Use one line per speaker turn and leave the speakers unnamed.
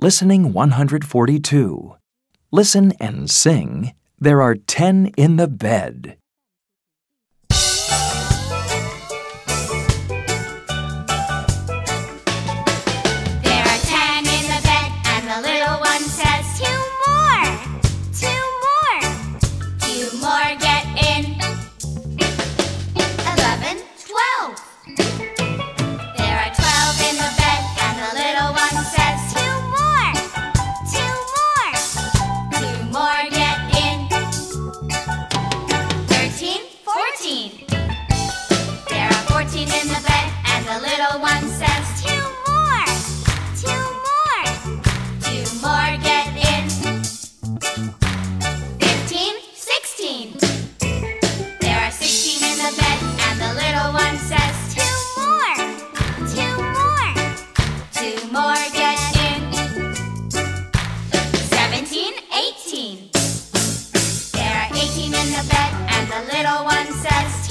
Listening 142. Listen and sing. There are 10 in the bed.
There are ten in the bed, and the little one says, Two more, two more, two more get in. Eleven, twelve. There are twelve in the bed, and the little one says, Two more, two more, two more get in. Thirteen, fourteen. There are fourteen in the bed, and the little one says, Two more, two more, two more get in. Fifteen, sixteen. There are sixteen in the bed, and the little one says, Two more, two more, two more get in. Seventeen, eighteen. There are 18 in the bed, and the little one says,